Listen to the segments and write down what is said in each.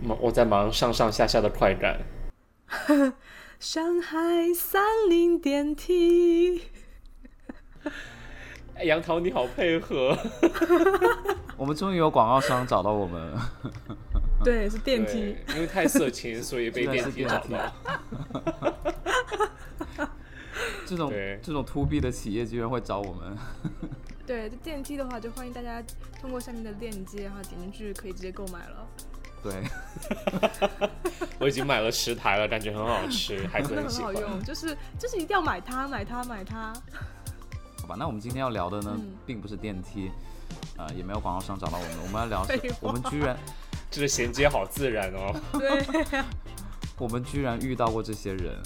忙我在忙上上下下的快感。上海三菱电梯，哎杨桃你好配合，我们终于有广告商找到我们了，对，是电梯。对，因为太色情，所以 被真的电是梯电找梯到。 这种对这种 to B 的企业居然会找我们， 对，这电梯的话，就欢迎大家通过下面的链接，然后点进去可以直接购买了。对，我已经买了十台了，感觉很好吃，孩子真的很喜很好欢。用，就是就是一定要买它，买它，买它。好吧，那我们今天要聊的呢嗯，并不是电梯，呃，也没有广告商找到我们，我们要聊的废是话我们居然这个衔接好自然哦。 对，我们居然遇到过这些人，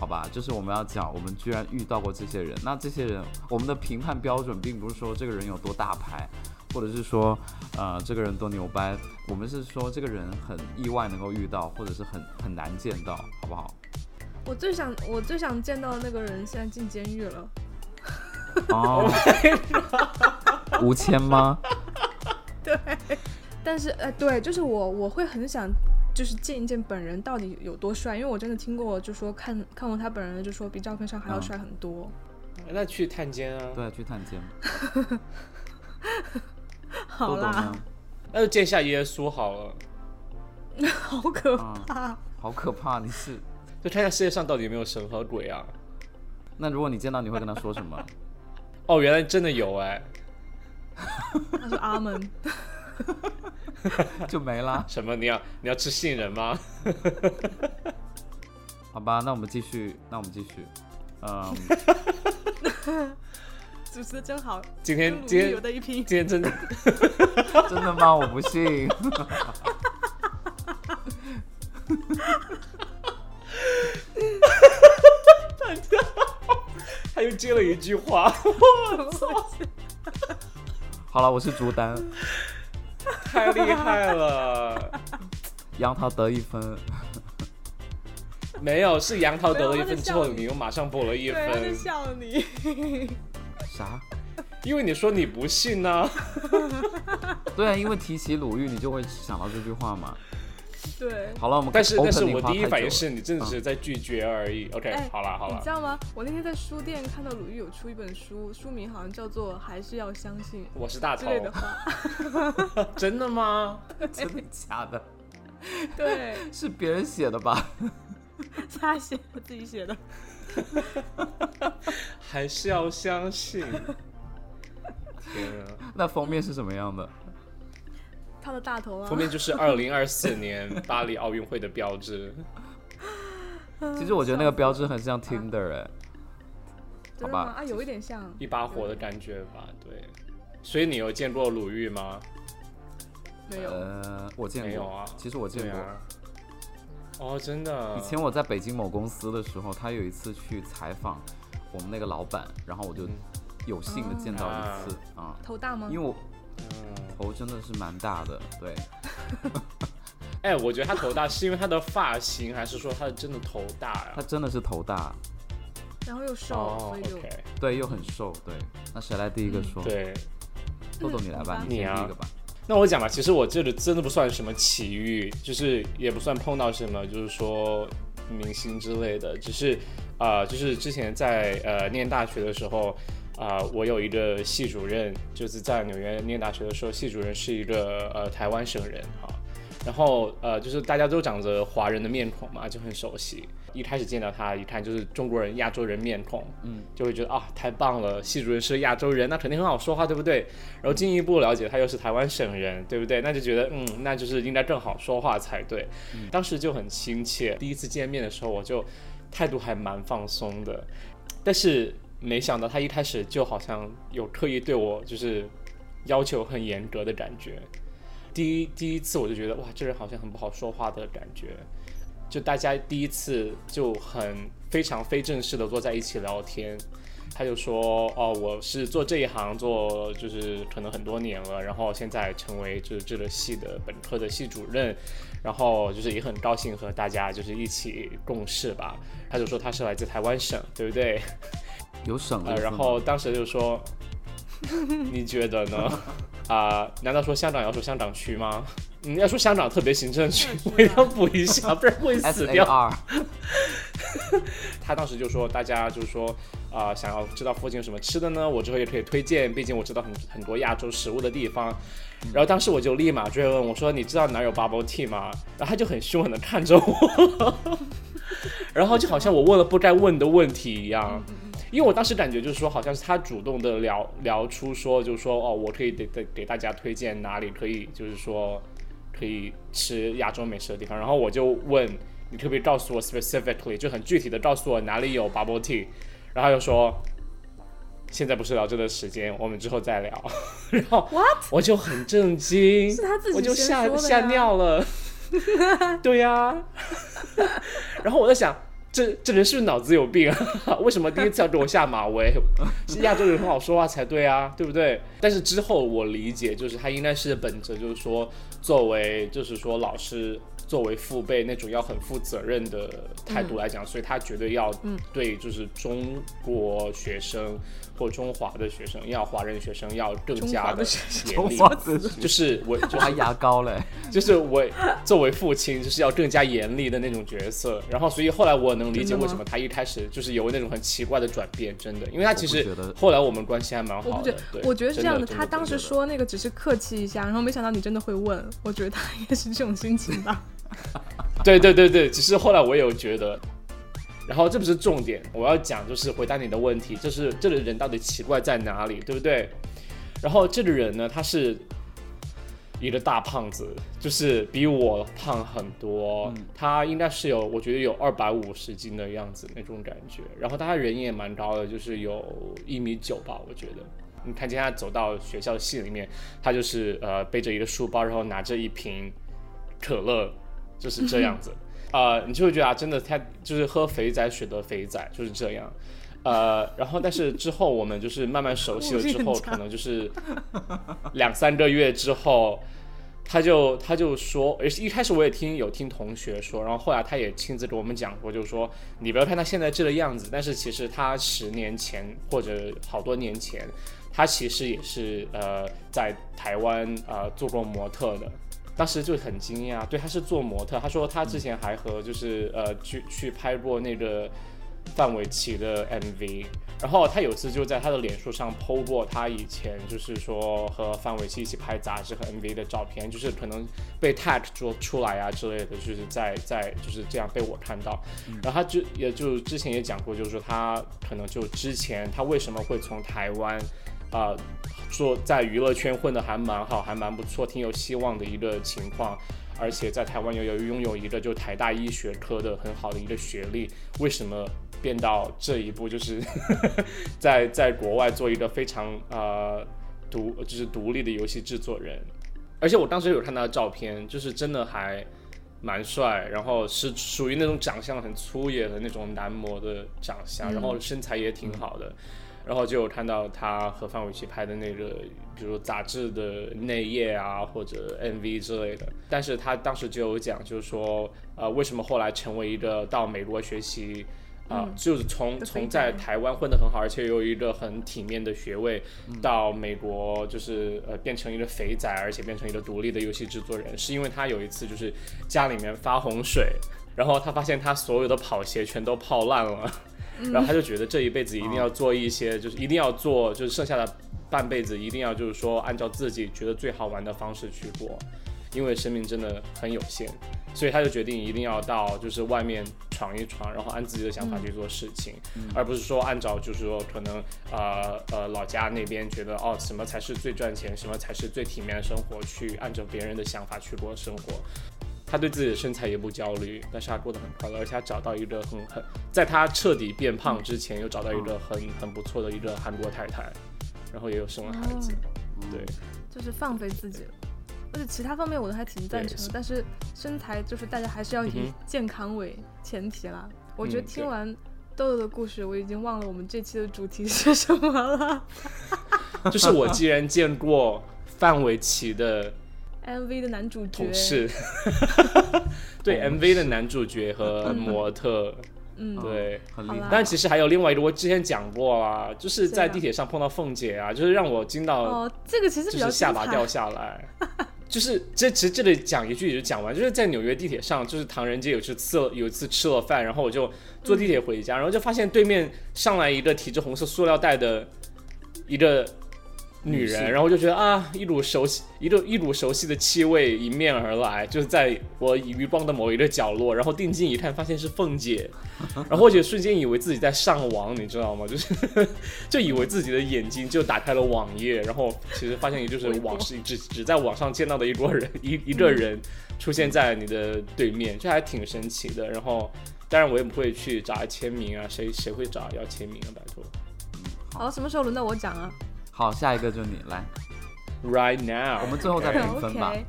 好吧，就是我们要讲，我们居然遇到过这些人。那这些人，我们的评判标准并不是说这个人有多大牌，或者是说，呃，这个人多牛掰，我们是说这个人很意外能够遇到，或者是很很难见到，好不好？我最想我最想见到的那个人现在进监狱了。哦， 吴谦吗？但是，呃，对，就是我，我会很想，就是见一见本人到底有多帅，因为我真的听过，就说看看过他本人，就说比照片上还要嗯帅很多。那去探监啊，对，去探监。好啊豆豆啦呢，？那就见一下耶稣好了，好可嗯怕。好可怕！你是，就看一下世界上到底有没有神和鬼啊。那如果你见到，你会跟他说什么？哦，原来真的有哎，他说阿门，就没啦。什么你要你要吃杏仁吗？好吧，那我们继续，那我们继续。嗯， 主持的真好，今跟天鲁今豫有天的一拼。今天真的 真的吗？我不信。 他又接了一句话，好了，我是竹丹，太厉害了。 杨桃得一分。 没有，是杨桃得了一啊没有他分在之笑后，你你又马上补了一 对，他在分，笑你。 啥？因为你说你不信呢、 对啊，因为提起鲁豫，你就会想到这句话嘛。对，好了，我们但是但是 opening 我花第一太反应久了嗯是你真的是在拒绝而已。OK，哎好啦好你啦知，道吗？我那天在书店看到鲁豫有出一本书，书名好像叫做《还是要相信我是大》之头，类 的话。真的吗？ 真的假的？对， 是别人写的吧？ 是他写的，自己写的。还是要相 信。天啊！那封面是什么样的？他的大头啊后，面就是二零二四年巴黎奥运会的标 志。其实我觉得那个标志很像 Tinder 哎、真的好吗？吧啊，有一点像。一把火的感觉吧，对。所以你有见过鲁豫吗？没有，呃，我见过，嗯哦没有啊其实我见对过。啊。哦，真的。以前我在北京某公司的时候，他有一次去采访我们那个老板，然后我嗯就有幸的见到一次啊、头大吗？因为我嗯头真的是蛮大的，对，哎，我觉得他头大是因为他的发型，还是说他真的头大呀、他真的是头大，然后又瘦，哦所以就，OK，对，又很瘦，对。那谁来第一个说？嗯对。豆豆你来吧，你啊先第一个吧。那我讲吧，其实我这里真的不算什么奇遇，就是也不算碰到什么，就是说明星之类的，只是啊、呃就是之前在呃念大学的时候。啊、我有一个系主任，就是在纽约念大学的时候，系主任是一个呃台湾省人哈、然后呃就是大家都长着华人的面孔嘛，就很熟悉。一开始见到他，一看就是哦中国人、亚洲人面孔，嗯，就会觉得啊太棒了，系主任是亚洲人，那肯定很好说话，对不对？然后进一步了解他又是台湾省人，对不对？那就觉得嗯，那就是应该更好说话才对。当时就很亲切，第一次见面的时候我就态度还蛮放松的，但是没想到他一开始就好像有刻意对我就是要求很严格的感觉。第一第一次我就觉得哇，这人好像很不好说话的感觉。就大家第一次就很非常非正式的坐在一起聊天，他就说哦，我是做这一行做就是可能很多年了，然后现在成为就是这个系的本科的系主任，然后就是也很高兴和大家就是一起共事吧。他就说他是来自台湾省，对不对？有省呃，略字吗然后当时就说， 你觉得呢？啊、难道说香港要说香港区吗？你要说香港特别行政区，我一定要补一下，不然会死 S A 掉。 R，他当时就说，大家就是说，啊、想要知道附近有什么吃的呢？我之后也可以推荐，毕竟我知道很很多亚洲食物的地方。然后当时我就立马追问我说：“你知道哪有 bubble tea 吗？”然后他就很凶狠的看着我， 然后就好像我问了不该问的问题一样。嗯因为我当时感觉就是说，好像是他主动的聊聊出说，就是说哦，我可以给给给大家推荐哪里可以，就是说可以吃亚洲美食的地方。然后我就问你可不可以告诉我 specifically，就很具体的告诉我哪里有 bubble tea，然后他就说现在不是聊这个时间，我们之后再聊。 然后 What？我就很震惊，是他自己我就先吓说的呀吓尿 了。对呀、 然后我在想，这这人是不是脑子有病啊？ 为什么第一次要给我下马威？ 是亚洲人很好说话才对啊，对不对？但是之后我理解，就是他应该是本着就是说，作为就是说老师。作为父辈那种要很负责任的态度来讲，所以他绝对要嗯对就是中国学生或中华的学生，要华人学生要更中加华的的学生严厉，我只 是就是我就是挖牙膏嘞，就是我作为父亲，就是要更加严厉的那种角色。然后，所以后来我能理解真的吗为什么他一开始就是有那种很奇怪的转变，真的，因为他其我实不觉得后来我们关系还蛮我好不觉的得。，对我觉得是这样真的他当时，说那个只是客气一下，然后没想到你真的会问，我觉得他应该是这种心情真吧。的 对对对对，只是后来我有觉得。然后这不是重点，我要讲就是回答你的问题，就是这个人到底奇怪在哪里，对不对？然后这个人呢，他是一个大胖子，就是比我胖很多，他应该是有，我觉得有二百五十斤的样子那种感觉。然后他人也蛮高的，就是有一米九吧，我觉得。你看见他走到学校系里面，他就是呃背着一个书包，然后拿着一瓶可乐，就是这样子。呃，你就会觉得啊，真的他就是喝肥仔水的肥仔，就是这样。呃，然后但是之后我们就是慢慢熟悉了之后，我是人家可能就是两三个月之后，他就他就说，而且一开始我也听有听同学说，然后后来他也亲自给我们讲过，就是说你不要看他现在这个样子，但是其实他十年前或者好多年前，他其实也是呃在台湾呃做过模特的。当时就很惊讶，对，他是做模特。他说他之前还和就是呃去去拍过那个范玮琪的 MV，然后他有次就在他的脸书上 PO 过他以前就是说和范玮琪一起拍杂志和 MV 的照片，就是可能被 tag 出出来啊之类的，就是在在就是这样被我看到。然后他就也就之前也讲过，就是说他可能就之前他为什么会从台湾啊、说在娱乐圈混得还蛮好，还蛮不错，挺有希望的一个情况。而且在台湾又有拥有一个就台大医学科的很好的一个学历，为什么变到这一步，就是 在在国外做一个非常呃独就是独立的游戏制作人？而且我当时有看他的照片，就是真的还蛮帅，然后是属于那种长相很粗野的那种男模的长相，然后身材也挺好的。然后就有看到他和范玮琪拍的那个，比如说杂志的内页啊，或者 MV 之类的。但是他当时就有讲，就是说，呃，为什么后来成为一个到美国学习，啊、就是从的从飞在仔台湾混得很好，而且有一个很体面的学位，到美国就是呃变成一个肥仔，而且变成一个独立的游戏制作人，是因为他有一次就是家里面发洪水，然后他发现他所有的跑鞋全都泡烂了。然后他就觉得这一辈子一定要做一些，就是一定要做，就是剩下的半辈子一定要就是说按照自己觉得最好玩的方式去过，因为生命真的很有限，所以他就决定一定要到就是外面闯一闯，然后按自己的想法去做事情，而不是说按照就是说可能呃呃老家那边觉得哦什么才是最赚钱，什么才是最体面的生活，去按照别人的想法去过生活。他对自己的身材也不焦虑，但是他过得很快乐，而且他找到一个很很，在他彻底变胖之前，又找到一个很很不错的一个韩国太太，然后也有生了孩子，对，就是放飞自己了。而且其他方面我都还挺赞成对的，但是身材就是大家还是嗯要以哼健康为前提啦。我觉得嗯听对完豆豆的故事，我已经忘了我们这期的主题是什么了。就是我既然见过范玮琪的 MV 的男主角同，事， 对 MV 的男主角和模特，嗯，对。很好厉啦害。但其实还有另外一个，我之前讲过啊，就是在谁啊地铁上碰到凤姐啊，就是让我惊到哦，这个其实就比较是下精巴 彩。掉下来。就是这其实这里讲一句也就讲完，就是在纽约地铁上，就是唐人街有次吃了有一次吃了饭，然后我就坐地铁嗯回家，然后就发现对面上来一个提着红色塑料袋的一个女女性人，然后就觉得啊，一股熟悉一个一股熟悉的气味迎面而来，就是在我余光的某一个角落，然后定睛一看，发现是凤姐，然后我就瞬间以为自己在上网，你知道吗？就是 就以为自己的眼睛就打开了网页，然后其实发现也就是微博嗯网是只只在网上见到的一波人一一个人出现在你的对面，这还挺神奇的。然后当然我也不会去找签名啊，谁谁会找要签名啊？拜托好，什么时候轮到我讲啊好，下一个就你来， ，right now，我们最后再 OK 评分吧？OK，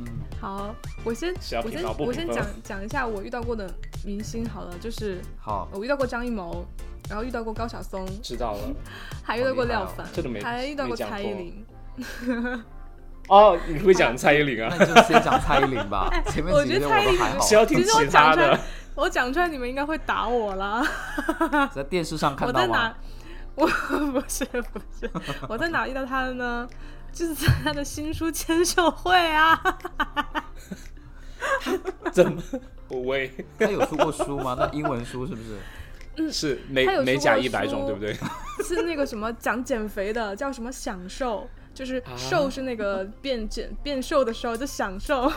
嗯，好，我先是要我评先到不我评先分讲讲一下我遇到过的明星好了，就是好，我遇到过张艺谋，然后遇到过高晓松，知道了。还遇到过廖好厉害凡哦这都没，还遇到没过讲蔡过依林。哦，你会讲蔡依林 啊？那你就先讲蔡依林吧，前面我几觉得个我蔡依都林还谁好，啊要听其实我其他讲出来的？我讲出来，你们应该会打我啦。在电视上看我到在吗哪？？我不是不是，我在哪遇到他的呢？就是在他的新书签售会啊。 怎么？我我也他有出过书吗？那英文书是不是？是美嗯他有出美甲过一百种，书对不对？ 是那个什么讲减肥的，叫什么享受，就是啊瘦是那个变减变瘦的时候就享受。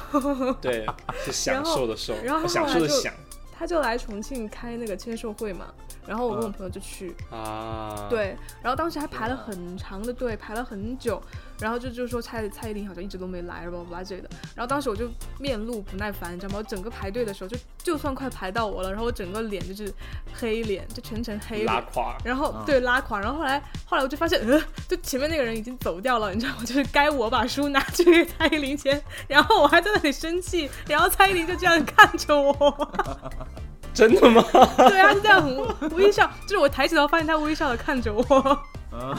对，是享然后受的受，然后享后受来的就享他就来重庆开那个签售会嘛，然后我跟我嗯朋友就去，啊。，对，然后当时还天排了哪很长的队，排了很久，然后就就说蔡蔡依林好像一直都没来，然后巴拉之类的。然后当时我就面露不耐烦，你知道吗？我整个排队的时候就就算快排到我了，然后我整个脸就是黑脸，就全程黑拉脸。垮。啊然后、嗯对拉垮，然后后来后来我就发现，呃，就前面那个人已经走掉了，你知道吗？就是该我把书拿去给蔡依林签，然后我还在那里生气，然后蔡依林就这样看着我， 真的吗？ 对，他就这样很微笑，就是我抬起头发现他微笑的看着我，嗯，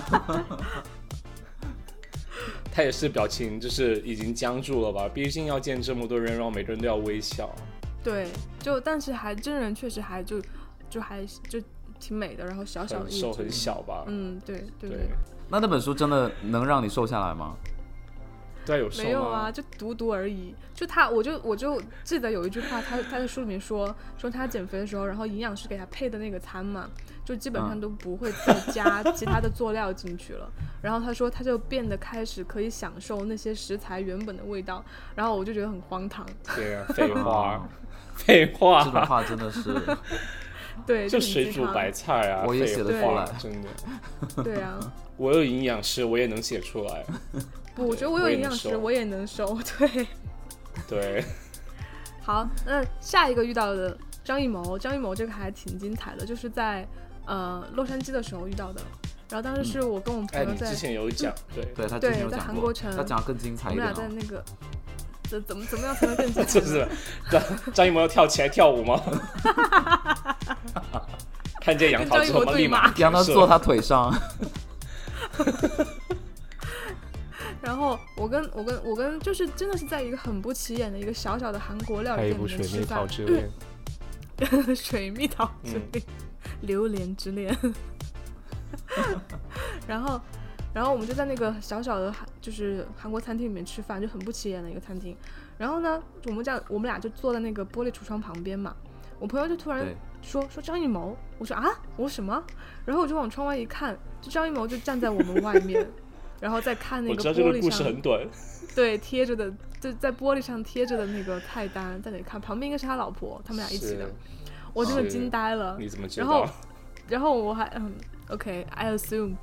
他也是表情就是已经僵住了吧？毕竟要见这么多人，然后每个人都要微笑。对，就但是还真人确实还就就还就挺美的，然后小小的很一瘦只很小吧？嗯，对对对，那那本书真的能让你瘦下来吗？对，有瘦没有啊，吗？就读读而已。就他，我就我就记得有一句话，他他在书里面说，说他减肥的时候，然后营养师给他配的那个餐嘛，就基本上嗯都不会再 加其他的佐料进去了。然后他说，他就变得开始可以享受那些食材原本的味道。然后我就觉得很荒唐， 对啊， 废啊话，废 这种话，话真的是，对，就很水鸡煮汤白，菜啊，我也废写得出话来真的。对啊，我有营养师，我也能写出来。不，我觉得我我有也营能养师，瘦我也能瘦， 对。 对，好，那下一个遇到的张艺谋，张艺谋这个还挺精彩的，就是在呃洛杉矶的时候遇到的。然后当时是我跟我朋哎，友你在，之前有讲，对，对他之对前有在讲韩过，国城他讲的更精彩我一们点俩在哦。那个怎怎么怎么样才能更精 就彩 呢？是张张艺谋要跳起来跳舞 吗？看见杨跟桃张艺之后谋嘛，对立马骂。让他是坐他 腿上，然后我跟我跟我跟就是真的是在一个很不起眼的一个小小的韩国料还有理一部店里《水面吃蜜桃饭，之恋》水蜜桃之嗯恋，榴莲之恋。 然后，然后我们就在那个小小的韩，就是韩国餐厅里面吃饭，就很不起眼的一个餐厅。然后呢，我们这样，我们俩就坐在那个玻璃橱窗旁边嘛。我朋友就突然对，说说张艺谋，我说啊，我说什么？然后我就往窗外一看，就张艺谋就站在我们外 面，然后再看那我个知道玻这个璃故上事很短，对贴着的，就在玻璃上贴着的那个菜单，在那里看，旁边应该是他老婆，他们俩一起的是。我真的是惊呆了。你怎么知然后道？然后我还嗯，OK，I、assume，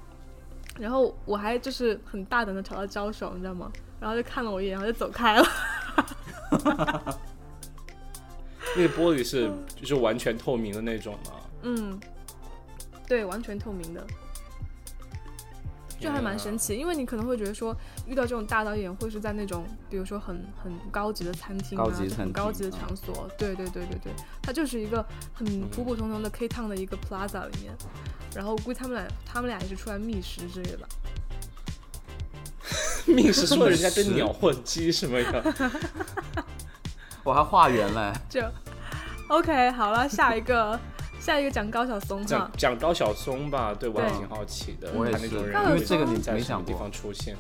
然后我还就是很大胆的朝他招手，你知道吗？然后就看了我一眼，然后就走开了。 那个玻璃是就是完全透明的那种吗？嗯，对，完全透明的，就还蛮神奇。奇。因为你可能会觉得说，遇到这种大导演会是在那种，比如说很很高级的餐厅啊，高级餐厅很高级的啊场所。对对对对对，它就是一个很普普通通的 K Town 的一个 plaza 里面。然后估计他们俩，他们俩也是出来觅食之类的吧。 命是说人家跟鸟混鸡什 么呀？我还化缘嘞，就 OK，好了，下一个，下一个讲高晓松哈讲。讲高晓松吧，对我还对挺好奇的，我也他那是种人高晓会松在什么地方出现？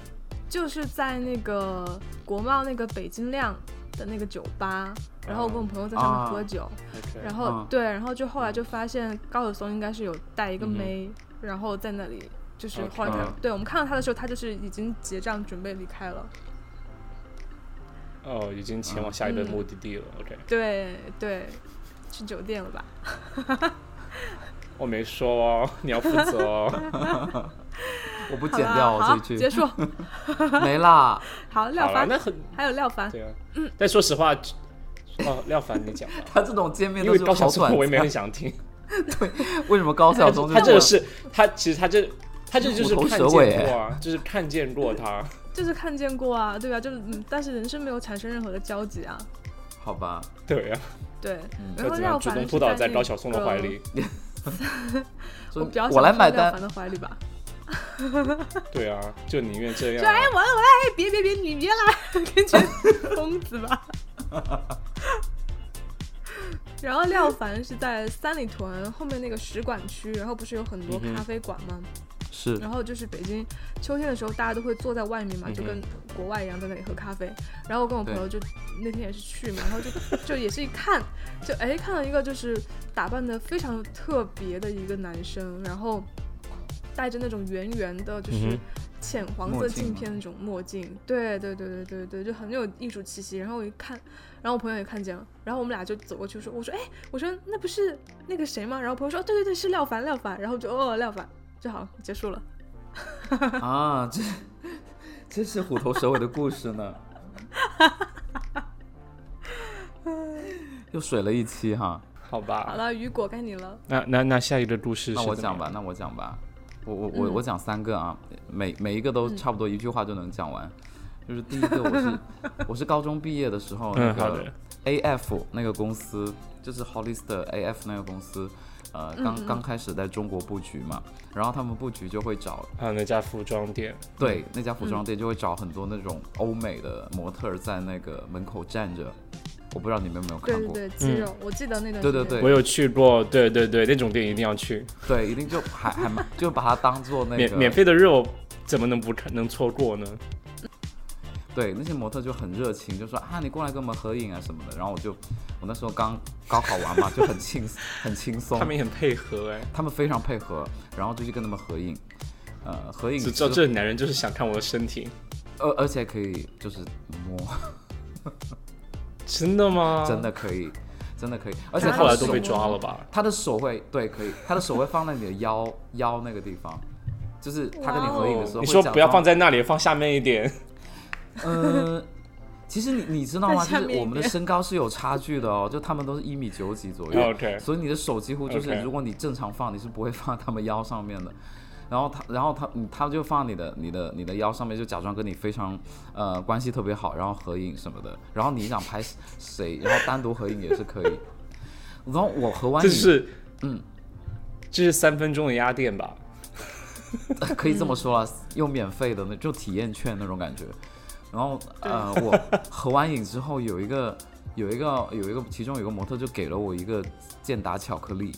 就是在那个国贸那个北京亮的那个酒吧，然后我跟我朋友在上面喝酒， OK，然后、哦啊嗯对，然后就后来就发现高晓松应该是有带一个妹，然后在那里就是后来他 OK 嗯对我们看到他的时候，他就是已经结账准备离开了。哦，已经前往下一个嗯目的地了。OK，对对，去酒店了吧？我没说哦，你要负责哦。我不好剪啦掉好哦这一结句， 束。没啦。好， 廖好了，凡嗯那很还有廖凡，对啊。但说实话，哦，廖凡你 讲吧，他这种见面因都为是高晓好松短我也没很暂。想听。为什么高晓 松他这这个么是他其实他这他这就是虎头看蛇尾哎见过啊，就是看见过他。就是看见过啊，对吧、就是嗯，但是人生没有产生任何的交集啊。好吧？对啊，对，然他后只廖能主凡动是扑倒在那高晓松的个怀里。。我所以比较想我来扑买廖单凡，的怀里吧。对啊，就宁愿这样说哎啊。我哎别别别你别来，跟着疯子吧。 然后廖凡是在三里屯后面那个使馆区，然后不是有很多嗯哼咖啡馆吗？是然后就是北京秋天的时候，大家都会坐在外面嘛，嗯哼就跟国外一样在那里喝咖啡。然后我跟我朋友就那天也是去嘛，然后就就也是一看，就哎看到一个就是打扮的非常特别的一个男生，然后戴着那种圆圆的，就嗯是哼浅黄色墨镜镜吗片那种墨镜。对对对对对对，就很有艺术气息。然后我一看，然后我朋友也看见了，然后我们俩就走过去说，我说哎，我说那不是那个谁吗？然后朋友说哦对对对是廖凡廖凡，然后我就哦廖凡。就好，结束了。啊，这这是虎头蛇尾的故事呢。又水了一期哈，好好啊吧，了，雨果该你了。那那那下一个故事是那怎我么讲吧，样。那我讲吧，我我我嗯我讲三个啊，每每一个都差不多一句话就能讲完。就是第一个，我是我是高中毕业的时候，那嗯，好的个。AF 那个公司，就是 Hollister AF 那个公司，呃，嗯刚刚开始在中国布局嘛，然后他们布局就会找嗯还有那家服装店，对，那家服装店就会找很多那种欧美的模特儿在那个门口站着，我不知道你们有没有对看对过，对，肌肉，我记得那段嗯对时对间。对我有去过，对对对，那种店一定要去，对一定就还 还蛮就把它当做那免个免费的肉怎么能不看能错过呢？对，那些模特就很热情，就说啊，你过来跟我们合影啊什么的。然后我就，我那时候刚高考完 嘛，就很轻很轻松他，们也很配合哎，他们非常配合，然后就去跟他们合影，呃，合影只知道之这男人就是想看我的身体，而而且可以就是摸，真的吗？ 真，的可以，真的可以，而且这他哦后来的都手被抓了吧？他的手会对可以，他的手会放在你的腰 腰那个地方，就是他跟你合影的时候，哦你说不要放，在那里，放下面一点。呃，其实你你知道吗？在就下是面一我们的身高是有差距的哦，就他们都是一米九几左右， OK，所以你的手几乎就是 OK 如果你正常放，你是不会放在他们腰上面的。 然后他，然后他，嗯他就放你的、你的、你的腰上面，就假装跟你非常，呃，关系特别好，然后合影什么的。然后你想拍谁，然后单独合影也是可以。然后我合完这影，是嗯，这是三分钟的压店吧？可以这么说嗯了，用免费的那就体验券那种感觉。然后呃，我合完影之后有一个有一个有一个，其中有一个模特就给了我一个健达巧克力，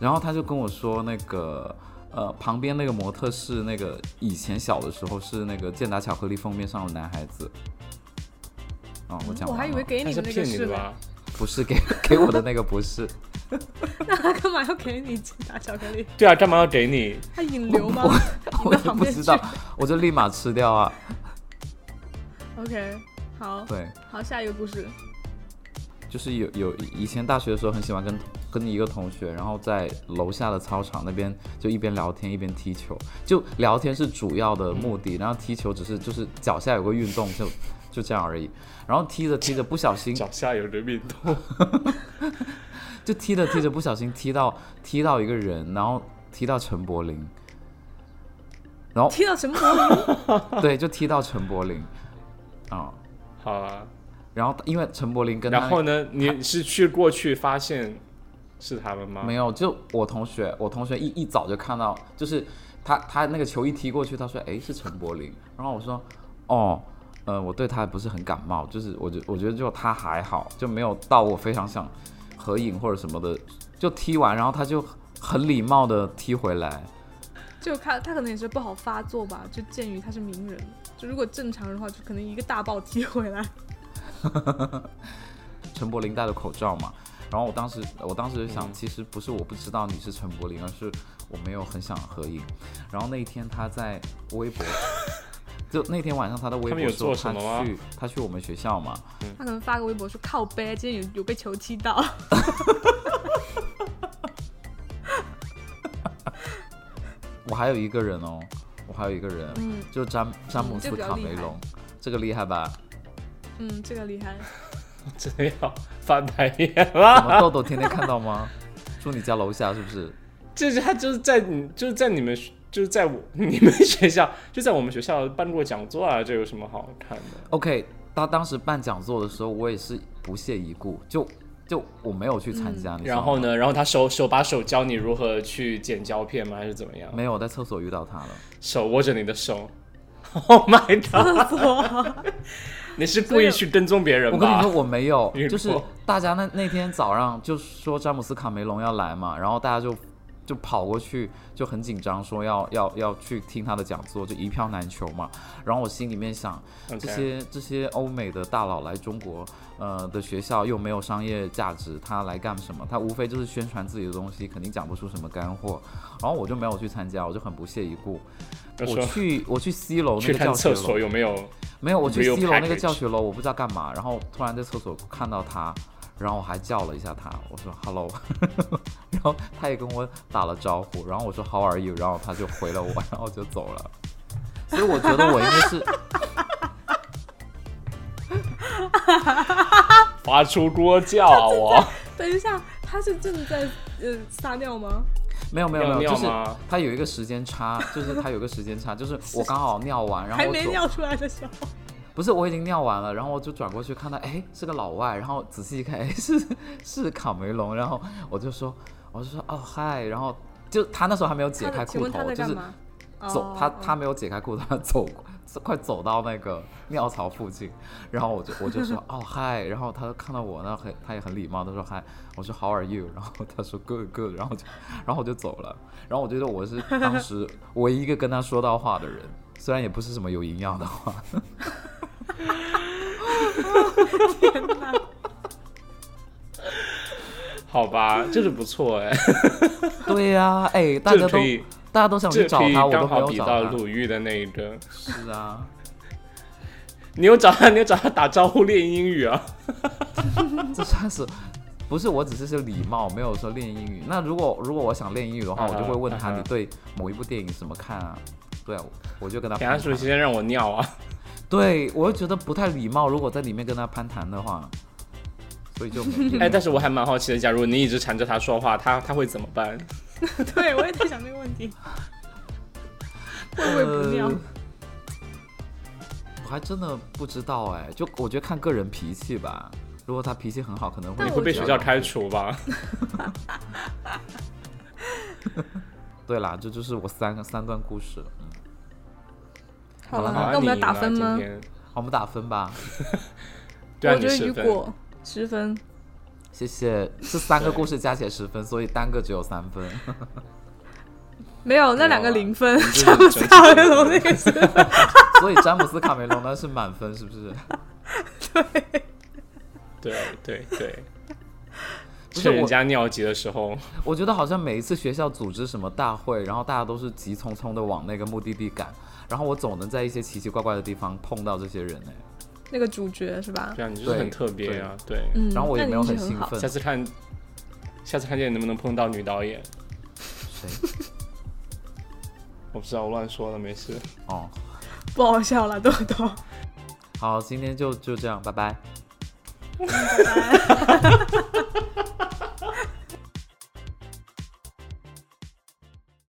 然后他就跟我说那个。呃，旁边那个模特是那个以前小的时候是那个健达巧克力封面上的男孩子。哦，我讲我完还以为了给他你是的那个骗你是的了，吧？不是给给我的那个 不是，那他干嘛要给你鸡打巧克 力？对啊，干嘛要给你？他引流吗？我到也旁不边知去道，我就立马吃掉啊。 OK，好对，好，下一个故事。就是有有以前大学的时候很喜欢跟跟一个同学，然后在楼下的操场那边就一边聊天一边踢球，就聊天是主要的目的，然后踢球只是就是脚下有个运动就就这样而已。然后踢着踢着不小心脚下有人运动，就踢着踢着不小心踢到踢到一个人，然后踢到陈柏霖，然后踢到什么 国民？对就踢到陈柏霖啊、好啊。然后因为陈柏霖跟他然后呢？你是去过去发现是他们吗？没有，就我同学，我同学一一早就看到，就是他他那个球一踢过去，他说诶，是陈柏霖，然后我说哦，呃我对他不是很感冒，就是我觉我觉得就他还好，就没有到我非常想合影或者什么的，就踢完然后他就很礼貌的踢回来，就看他可能也是不好发作吧，就鉴于他是名人，就如果正常人的话，就可能一个大暴踢回来。陈柏霖戴的口罩嘛。然后我当时，我当时就想，嗯其实不是我不知道你是陈柏霖，而是我没有很想合影。然后那一天他在微博，就那天晚上他的微他们有博说做什他么吗去他去我们学校嘛，他可能发个微博说靠背，今天有有被球踢到。我还有一个人哦，我还有一个人，嗯就詹詹姆嗯这斯比较卡厉梅害隆，这个厉害吧？嗯，这个厉害。 这要翻白眼 了。怎么豆豆天天看到吗？住你家楼下是不是？就是他就是在你就是在你们学就是在我 你们学校就在我们学校办过讲座啊，这有什么好看的？ OK，他当时办讲座的时候，我也是不屑一顾，就就我没有去参加。你知道然后吗？呢，然后他手手把手教你如何去剪胶片吗？还是怎么样？没有，我在厕所遇到他了。手握着你的手。Oh my god！你是故意去跟踪别 人我跟你吧说，？我没有你，就是说大家那那天早上就说詹姆斯卡梅隆要来嘛，然后大家就就跑过去，就很紧张，说要要要去听他的讲座，就一票难求嘛。然后我心里面想， OK 这些这些欧美的大佬来中国，呃的学校又没有商业价值，他来干什么？他无非就是宣传自己的东西，肯定讲不出什么干货。然后我就没有去参加，我就很不屑一顾。我我 说去我去 C 楼那去个教看学厕楼所，有没有？没有，我去 Real C 楼那个 package 教学楼，我不知道干嘛，然后突然在厕所看到他，然后我还叫了一下他，我说 “hello”，然后他也跟我打了招呼，然后我说 “how are you”，然后他就回了我，然后我就走了。所以我觉得我应该 是，发出锅 叫啊！我等一下，他是正在呃撒尿吗？没有没有尿没有，尿就是吗他有一个时间差，就是他有一个时间差，就是我刚好尿完，然后还我没走，尿出来的时候，不是我已经尿完了，然后我就转过去看到，哎，是个老外，然后仔细一看，哎， 是是卡梅隆，然后我就说，我就说哦嗨，然后就他那时候还没有解他开的请裤问他头，在就干是嘛？走哦他哦他没有解开裤头，他走快走到那个尿槽附近，然后我就我就说哦嗨，然后他看到我呢，很他也很礼貌，他说嗨，我说 how are you，然后他说 good good，然后就然后我就走了，然后我觉得我是当时唯一一个跟他说到话的人，虽然也不是什么有营养的话。天哪！好吧，这是不错哎， 对呀、哎，大家这都可以大家都想这去找可以他，我都刚没好有比找到他。鲁豫的那一个。是啊，你有找他，你有找他打招呼练英语 啊？ 这算是不是？我只是是礼貌，没有说练英语。那如果如果我想练英语的话，啊我哈就会问他啊哈你对某一部电影怎么看啊？对啊，我就跟他等下攀是不谈是。先让我尿啊？对，我又觉得不太礼貌，如果在里面跟他攀谈的话，所以就没 哎，但是我还蛮好奇的，假如你一直缠着他说话，他他会怎么办？ 对我也在想这个问题，会不会不尿？呃我还真的不知道哎，就我觉得看个人脾气吧。如果他脾气很好，可能会但你我会被觉学得校开除吧？对啦，这就是我三个三段故事。嗯，好了，好啊那我们要你赢打了分吗今？天好我们打分吧。对啊，我觉你得十雨分。果十分，谢谢，是三个故事加起来十分，所以单个只有三分。没有那两没有个啊零分， 是詹姆斯整体卡梅的隆那个是所以詹姆斯卡梅隆呢是满分，是不是？对对对，不是趁人我家尿急的时候，我觉得好像每一次学校组织什么大会，然后大家都是急匆匆的往那个目的地赶，然后我总能在一些奇奇怪怪的地方碰到这些人哎呢。那个主角是吧？对啊，你就是对很特别啊，对。嗯，然后我也那没你有运气兴好。下奋。次看，下次看见能不能碰到女导演，谁？ 我不知道，我乱说了，没事。哦，不好笑了，豆豆。好，今天就就这样，拜拜。拜拜